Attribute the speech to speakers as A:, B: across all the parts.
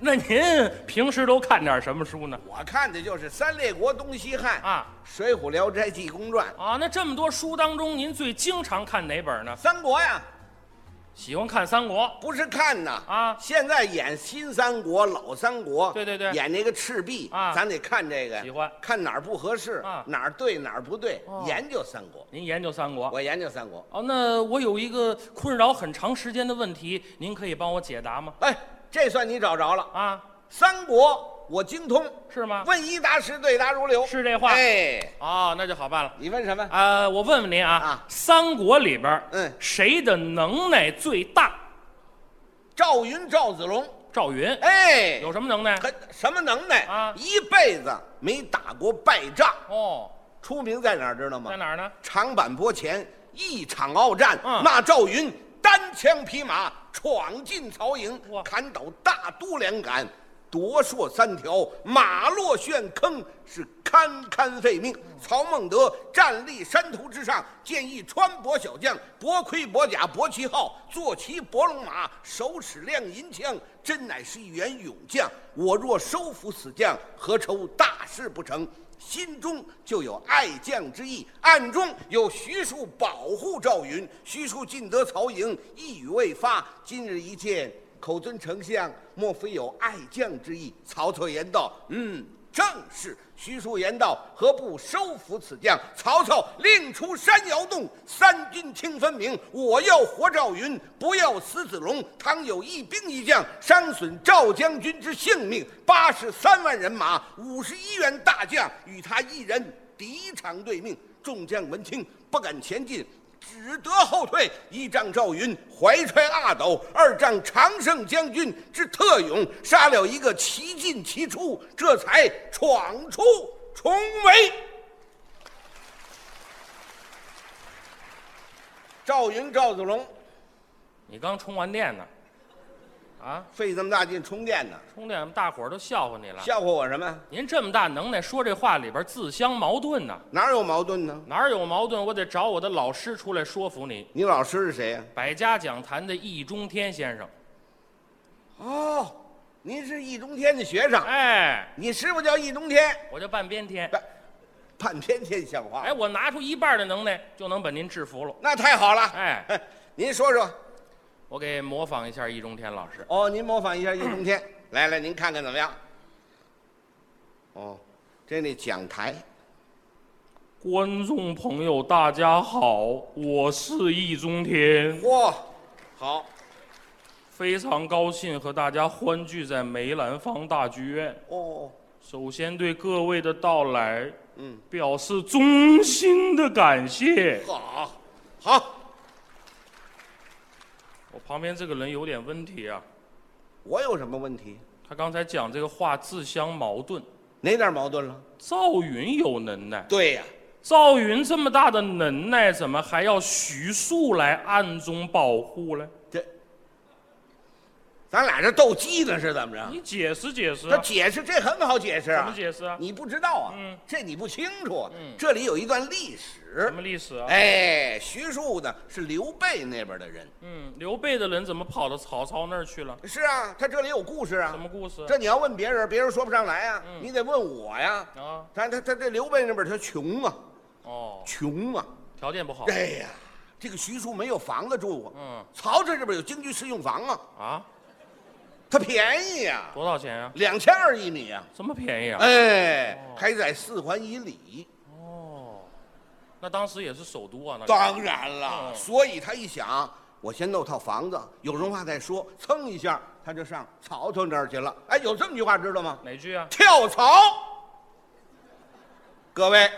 A: 那您平时都看点什么书呢？
B: 我看的就是三列国、东西汉
A: 啊，
B: 《水浒》《聊斋》《济公传》《
A: 啊，那这么多书当中，您最经常看哪本呢？
B: 三国》呀，
A: 喜欢看三国
B: 不是看呐
A: 啊
B: 现在演新三国、老三国，
A: 对对对
B: 演那个赤壁
A: 啊
B: 咱得看这个，
A: 喜欢
B: 看哪儿不合适
A: 啊，
B: 哪儿对哪儿不对
A: 哦，
B: 研究三国，
A: 您研究三国。
B: 我研究三国。
A: 哦，那我有一个困扰很长时间的问题，您可以帮我解答吗？
B: 哎，这算你找着了，
A: 啊，
B: 三国我精通，
A: 是吗？
B: 问一答十，对答如流，
A: 啊是这话
B: 哎，
A: 哦，那就好办了。
B: 你问什么？
A: 啊，我问问您啊，
B: 啊
A: 三国里边儿，
B: 嗯
A: 谁的能耐最大？
B: 赵云、赵子龙，
A: 赵云，
B: 哎，
A: 有什么能耐？
B: 很什么能耐
A: 啊
B: 一辈子没打过败仗，
A: 哦，
B: 出名在哪儿知道吗
A: 在？哪儿呢？
B: 长坂坡前一场鏖战，
A: 嗯
B: 那赵云单枪匹马闯进曹营
A: 哇，
B: 砍倒大都两杆，夺槊三条，马落陷坑，是堪堪废命。
A: 嗯
B: 曹孟德站立山头之上，建议穿薄小将，薄盔薄甲薄旗号，坐骑薄龙马，手使亮银枪，真乃是一员勇将。我若收服此将，何愁大事不成？心中就有爱将之意，暗中有徐庶保护赵云。徐庶进得曹营，一语未发，今日一见，口尊丞相，莫非有爱将之意？曹操言道：“嗯，正是。”徐庶言道：“何不收服此将？”曹操令出山摇动，三军听分明。我要活赵云，不要死子龙。倘有一兵一将伤损赵将军之性命，八十三万人马，五十一员大将，与他一人敌场对命。众将闻听，不敢前进，只得后退。一仗赵云怀揣阿斗，二仗常胜将军之特勇，杀了一个齐进齐出，这才闯出重围。赵云、赵子龙
A: 你刚充完电呢，啊，
B: 费这么大劲充电呢，
A: 充电大伙儿都笑话你了。
B: 笑话我什么呀？
A: 您这么大能耐，说这话里边自相矛盾呢、
B: 哪有矛盾呢？
A: 哪儿有矛盾？我得找我的老师出来说服你。
B: 你老师是谁呀、
A: 百家讲坛的易中天先生，
B: 哦，您是易中天的学生，
A: 哎，
B: 你师傅叫易中天，
A: 我就半边天，
B: 半天天像话。
A: 哎，我拿出一半的能耐就能把您制服了。
B: 那太好了。
A: 哎，
B: 您说说，
A: 我给模仿一下易中天老师，
B: 哦，您模仿一下易中
A: 哎
B: 天，来来，您看看怎么样？哦，这那讲台，
A: 观众朋友大家好，我是易中天。
B: 嚯，好，
A: 非常高兴和大家欢聚在梅兰芳大剧院。
B: 哦，
A: 首先对各位的到来
B: 嗯，
A: 表示衷心的感谢。
B: 好，好，
A: 我旁边这个人有点问题啊，
B: 我有什么问题？
A: 他刚才讲这个话自相矛盾。
B: 哪点矛盾了？
A: 赵云有能耐，
B: 对呀、
A: 赵云这么大的能耐，怎么还要徐庶来暗中保护嘞？
B: 这，咱俩这斗鸡呢是怎么着？
A: 你解释解释、
B: 他
A: 啊，
B: 解释这很好解释
A: 怎么
B: 啊，
A: 解释啊？
B: 你不知道啊，
A: 嗯
B: 这你不清楚，
A: 嗯
B: 这里有一段历
A: 什
B: 史。
A: 么历史啊？
B: 哎，徐庶呢是刘备那边的人，
A: 嗯，刘备的人怎么跑到曹操那儿去了？
B: 是啊，他这里有故事啊。
A: 什么故事？
B: 这你要问别人，别人说不上来啊，
A: 嗯
B: 你得问我呀。
A: 啊，
B: 但他他这刘备那边他穷啊，
A: 哦，
B: 穷啊！
A: 条件不好。
B: 哎呀，这个徐庶没有房子住啊。
A: 嗯
B: 曹这这边有京居适用房啊，
A: 啊，
B: 它便宜呀、啊，
A: 多少钱呀、
B: 两千二一米啊。
A: 这么便宜啊？
B: 哎，还在四环以里。
A: 哦，那当时也是首都啊，那是
B: 当然了，
A: 嗯
B: 所以他一想，我先弄套房子，有容话再说，蹭一下他就上曹操那儿去了。哎，有这么句话知道吗？
A: 哪句啊？
B: 跳槽。各位，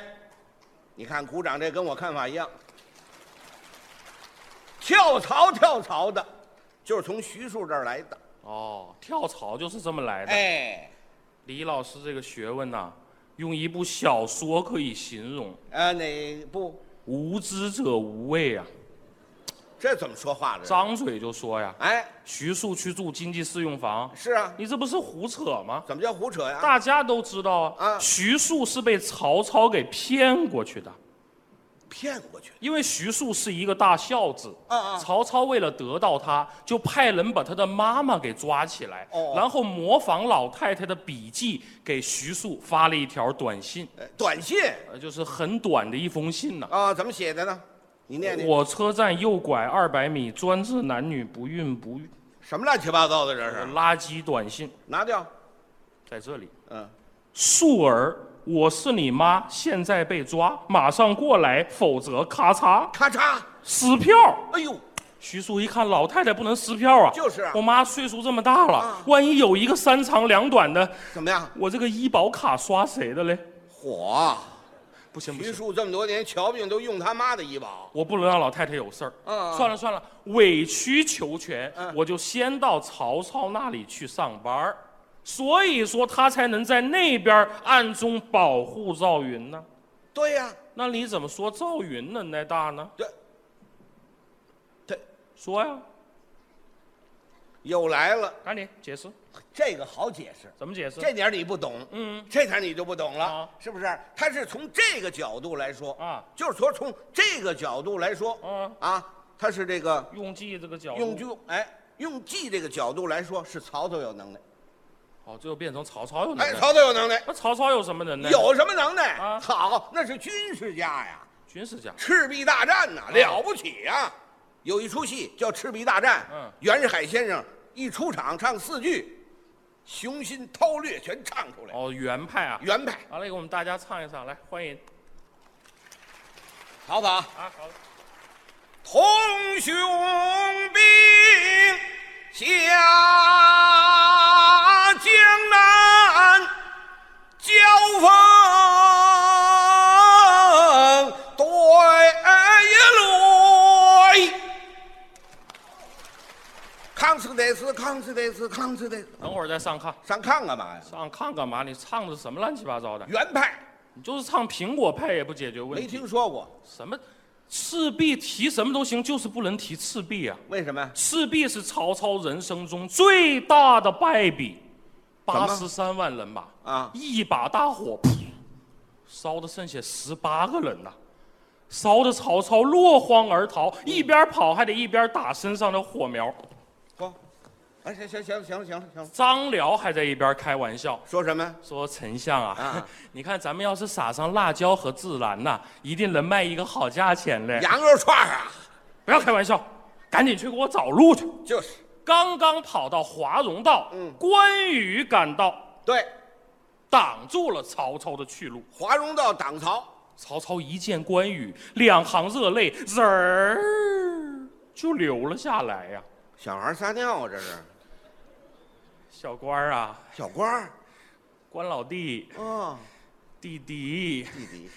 B: 你看鼓掌，这跟我看法一样。跳槽跳槽的，就是从徐庶这儿来的。
A: 哦，跳槽就是这么来的。
B: 哎，
A: 李老师这个学问呐、用一部小说可以形容，
B: 呃，哪不？
A: 无知者无畏啊，
B: 这怎么说话这是？
A: 张嘴就说呀，
B: 哎，
A: 徐庶去住经济适用房，
B: 是啊，
A: 你这不是胡扯吗？
B: 怎么叫胡扯呀？
A: 大家都知道啊，
B: 啊
A: 徐庶是被曹操给骗过去的。
B: 骗过去。
A: 因为徐庶是一个大孝子，
B: 啊啊
A: 曹操为了得到他，就派人把他的妈妈给抓起来，
B: 哦
A: 然后模仿老太太的笔迹，给徐庶发了一条短信，
B: 哎短信
A: 呃，就是很短的一封信呐、
B: 啊，怎么写的呢？你念念，
A: 我车站右拐二百米，专治男女不孕不育。
B: 什么乱七八糟的这是？
A: 垃圾短信
B: 拿掉。
A: 在这里。
B: 嗯，
A: 素儿，我是你妈，现在被抓，马上过来，否则咔嚓
B: 咔嚓！
A: 撕票。
B: 哎呦，
A: 徐庶一看，老太太不能撕票啊，
B: 就是啊嗯
A: 我妈岁数这么大了，万一有一个三长两短的，
B: 怎么样？
A: 我这个医保卡刷谁的嘞？
B: 火！
A: 不行不
B: 徐
A: 行，
B: 庶这么多年瞧病都用他妈的医保。
A: 我不能让老太太有事儿。
B: 嗯嗯
A: 算了算了，委曲求全，我就先到曹操那里去上班儿，所以说他才能在那边儿暗中保护赵云呢。
B: 对呀、
A: 那你怎么说赵云能耐大呢？
B: 这这
A: 说呀，
B: 又来了，
A: 赶紧解释，
B: 这个好解释。
A: 怎么解释？
B: 这点儿你不懂，
A: 嗯，
B: 这点儿你就不懂了，
A: 啊
B: 是不是？他是从这个角度来说
A: 啊，
B: 就是说从这个角度来说，
A: 啊
B: 啊，他是这个
A: 用计这个角度，
B: 用具，哎，用计这个角度来说，是曹操有能耐，
A: 哦，这又变成曹操有能
B: 哎，
A: 耐。
B: 曹操有能耐，
A: 那曹操有什么能耐？
B: 有什么能耐？
A: 啊
B: 好，那是军事家呀，
A: 军事家，
B: 赤壁大战
A: 哦
B: 呐、了不起呀、有一出戏叫《赤壁大战》，
A: 嗯
B: 袁世凯先生一出场唱四句，雄心韬略全唱出来，
A: 哦，袁派啊。
B: 原派。
A: 好嘞，给我们大家唱一唱，来欢迎
B: 好不好？
A: 啊！好嘞，
B: 同兄兵下江南，交锋对垒。康斯戴斯，康斯戴斯，康斯戴斯，
A: 等会儿再上炕，
B: 上炕干嘛呀？
A: 上炕干嘛？你唱的什么乱七八糟的？
B: 原派
A: 你就是唱苹果派也不解决问
B: 没
A: 题。
B: 听说过，
A: 什么赤壁提什么都行，就是不能提赤壁啊！
B: 为什么呀？
A: 赤壁是曹操人生中最大的败笔，
B: 怎么
A: 八十三万人马
B: 啊
A: 一把大火，噗烧的剩下十八个人呐、烧的曹操落荒而逃，一边跑还得一边打身上的火苗。
B: 不，哎，行行行行行了行了，
A: 张辽还在一边开玩笑
B: 说什么呀？
A: 说：“丞相啊，
B: 啊
A: 你看咱们要是撒上辣椒和孜然呐、一定能卖一个好价钱嘞！
B: 羊肉串啊，
A: 不要开玩笑，赶紧去给我找路去。”
B: 就是
A: 刚刚跑到华容道，关羽赶到，
B: 对。
A: 挡住了曹操的去路。
B: 华容道挡曹，
A: 曹操一见关羽，两行热泪滋儿就流了下来呀、
B: 小孩撒尿啊这是
A: 小官儿啊，
B: 小官儿
A: 关老弟，
B: 啊、哦
A: 弟弟
B: 弟弟，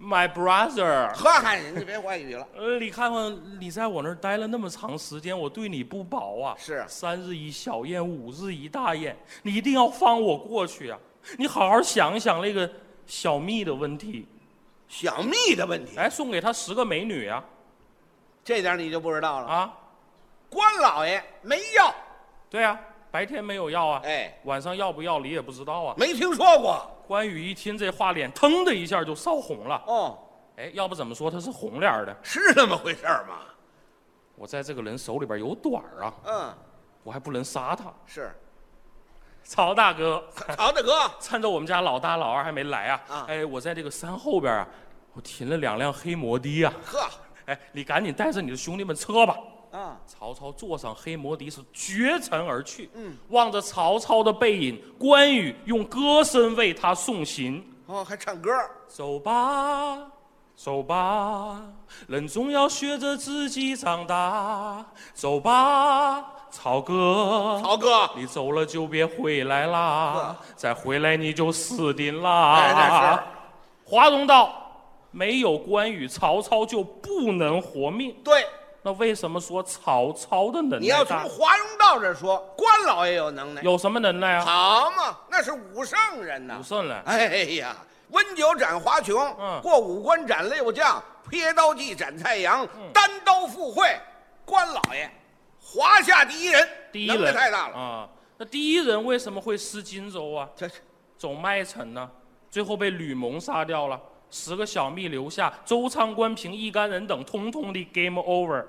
A: ，my brother，
B: 呵嗨，你别怀疑了，
A: 呃，你看看你在我那儿待了那么长时间，我对你不薄啊。
B: 是
A: 三日一小宴，五日一大宴，你一定要放我过去啊！你好好想一想那个小蜜的问题。
B: 小蜜的问题，
A: 哎，送给他十个美女啊
B: 这点你就不知道了。
A: 啊！
B: 关老爷没要，
A: 对啊，白天没有要啊，
B: 哎，
A: 晚上要不要你也不知道啊。
B: 没听说过
A: 关羽一听这话，脸腾的一下就烧红了。
B: 哦，
A: 哎，要不怎么说他是红脸儿的？
B: 是那么回事儿吗？
A: 我在这个人手里边有短儿啊，
B: 嗯，
A: 我还不能杀他。
B: 是
A: 曹大哥，
B: 曹大哥，
A: 趁着我们家老大老二还没来啊，
B: 啊
A: 哎，我在这个山后边啊，我停了两辆黑摩的啊。
B: 呵
A: 哎，你赶紧带着你的兄弟们撤吧。
B: 啊，
A: 曹操坐上黑摩的是绝尘而去。
B: 嗯
A: 望着曹操的背影，关羽用歌声为他送行。
B: 哦，还唱歌，
A: 走吧，走吧，人总要学着自己长大。走吧，曹哥，
B: 曹哥，
A: 你走了就别回来啦，再回来你就死定
B: 哎那
A: 啦
B: 是。
A: 华容道没有关羽，曹操就不能活命。
B: 对，
A: 那为什么说曹操的能
B: 你要
A: 耐
B: 从
A: 大？
B: 华容道这说，关老爷有能耐，
A: 有什么能耐啊？
B: 好嘛，那是武圣人呐
A: 武，圣人，
B: 哎呀，温酒斩华雄，
A: 嗯
B: 过五关斩六将，撇刀计斩蔡阳，
A: 嗯
B: 单刀赴会，关老爷，华夏第一人，
A: 第一
B: 能
A: 人
B: 耐太大了。
A: 啊、那第一人为什么会失荆州啊？
B: 这是
A: 走麦城呢、最后被吕蒙杀掉了。十个小蜜留下，周仓、关平一干人等通通的 game over，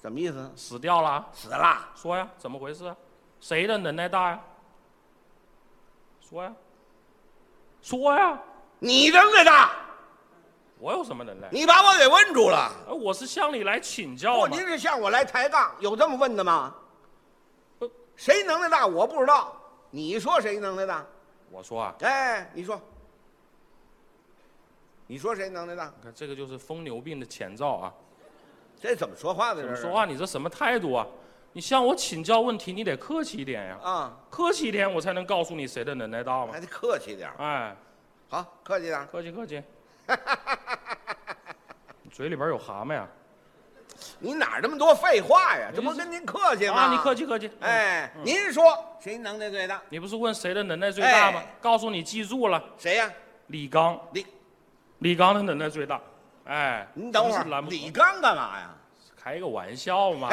B: 什么意思？
A: 死掉了。
B: 死了？
A: 说呀，怎么回事？啊谁的能耐大呀？说呀，说呀，
B: 你扔的大，
A: 我有什么能耐？
B: 你把我给问住了。
A: 哎我是向你来请教
B: 不，
A: 嘛
B: 您。是向我来抬杠，有这么问的吗
A: 不？
B: 谁能耐大？我不知道。你说谁能耐大？
A: 我说啊，
B: 哎，你说，你说谁能耐大？
A: 你看这个就是疯牛病的前兆啊！
B: 这怎么说话的？
A: 怎
B: 啊这
A: 么
B: 是
A: 说话？你这什么态度啊？你向我请教问题，你得客气一点呀，
B: 啊？
A: 客气一点，我才能告诉你谁的能耐大嘛
B: 还。得客气点儿。
A: 哎，
B: 好，客气点儿。
A: 客气 客气。你嘴里边有蛤蟆呀？
B: 你哪儿那么多废话呀？这不跟您客气吗？
A: 啊，你客。气客气。哎，
B: 哎，您说谁能耐最大？
A: 你不是问谁的能耐最大吗
B: 哎？
A: 告诉你，记住了，
B: 谁呀？
A: 李刚，
B: 李，
A: 李刚的能耐最大。哎，
B: 您等会
A: 是
B: 儿
A: 拦，不住
B: 李刚干嘛呀？
A: 开个玩笑嘛，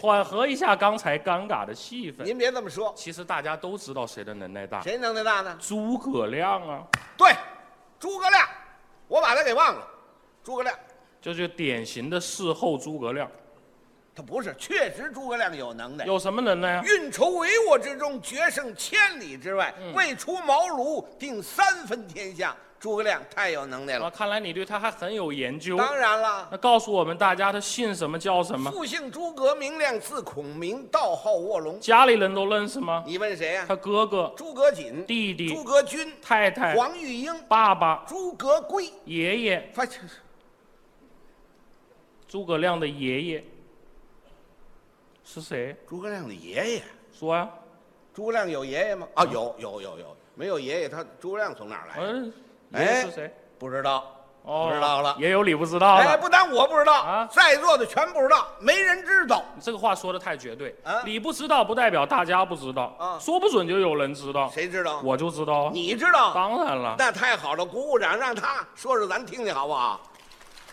A: 缓和一下刚才尴尬的气氛。
B: 您别这么说，
A: 其实大家都知道谁的能耐大，
B: 谁能耐大呢？
A: 诸葛亮啊，
B: 对，诸葛亮，我把他给忘了。诸葛亮，
A: 这就典型的事后诸葛亮，
B: 他不是，确实诸葛亮有能耐。
A: 有什么能耐啊？
B: 运筹帷幄之中，决胜千里之外，
A: 嗯
B: 未出茅庐，定三分天下。诸葛亮太有能耐
A: 啊，
B: 了。
A: 看来你对他还很有研究。
B: 当然了，
A: 那告诉我们大家他姓什么叫什么，
B: 复姓诸葛，名亮，字孔明，道号卧龙。
A: 家里人都认识吗？
B: 你问谁呀、啊
A: 他哥哥、
B: 诸葛瑾、
A: 弟弟
B: 诸葛均、
A: 太太、
B: 黄玉英、
A: 爸爸、
B: 诸葛珪。
A: 爷爷，
B: 发现
A: 诸葛亮的爷爷是谁？
B: 诸葛亮的爷爷，
A: 说啊呀、
B: 诸葛亮有爷爷吗？啊，有有有有，没有爷爷，他诸葛亮从哪儿来？
A: 嗯、爷爷是谁？
B: 不知道，
A: 哦，
B: 哎不知道了。
A: 也有你不知道的。
B: 哎，不但我不知道
A: 啊，
B: 在座的全不知道，没人知道。
A: 这个话说的太绝对
B: 啊
A: 你不知道不代表大家不知道
B: 啊
A: 说不准就有人知道，
B: 谁知道？
A: 我就知道啊。
B: 你知道？
A: 当然了，
B: 那太好了，鼓鼓掌，让他说说咱听听好不好？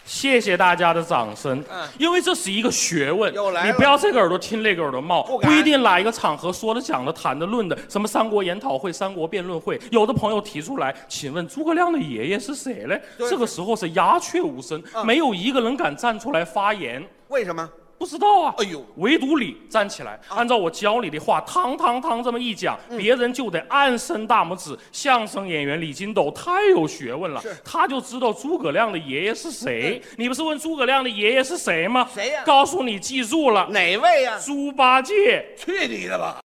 A: 谢谢大家的掌声，
B: 嗯
A: 因为这是一个学问
B: 又来，了
A: 你不要这个耳朵听那个耳朵冒，
B: 不
A: 不
B: 敢
A: 一定哪一个场合说的、讲的、谈的、论的，什么三国研讨会、三国辩论会，有的朋友提出来，请问诸葛亮的爷爷是谁嘞？
B: 对嗯
A: 这个时候是鸦雀无声，没有一个人敢站出来发言，
B: 为什么？
A: 不知道啊。
B: 哎呦，
A: 唯独你站起来，
B: 啊
A: 按照我教你的话，堂堂堂这么一讲，
B: 嗯
A: 别人就得暗伸大拇指。相声演员李金斗太有学问了
B: 是，嗯
A: 他就知道诸葛亮的爷爷是谁。你不是问诸葛亮的爷爷是谁吗？
B: 谁呀
A: 告诉你，记住了，
B: 哪位呀？
A: 猪八戒。
B: 去你的吧！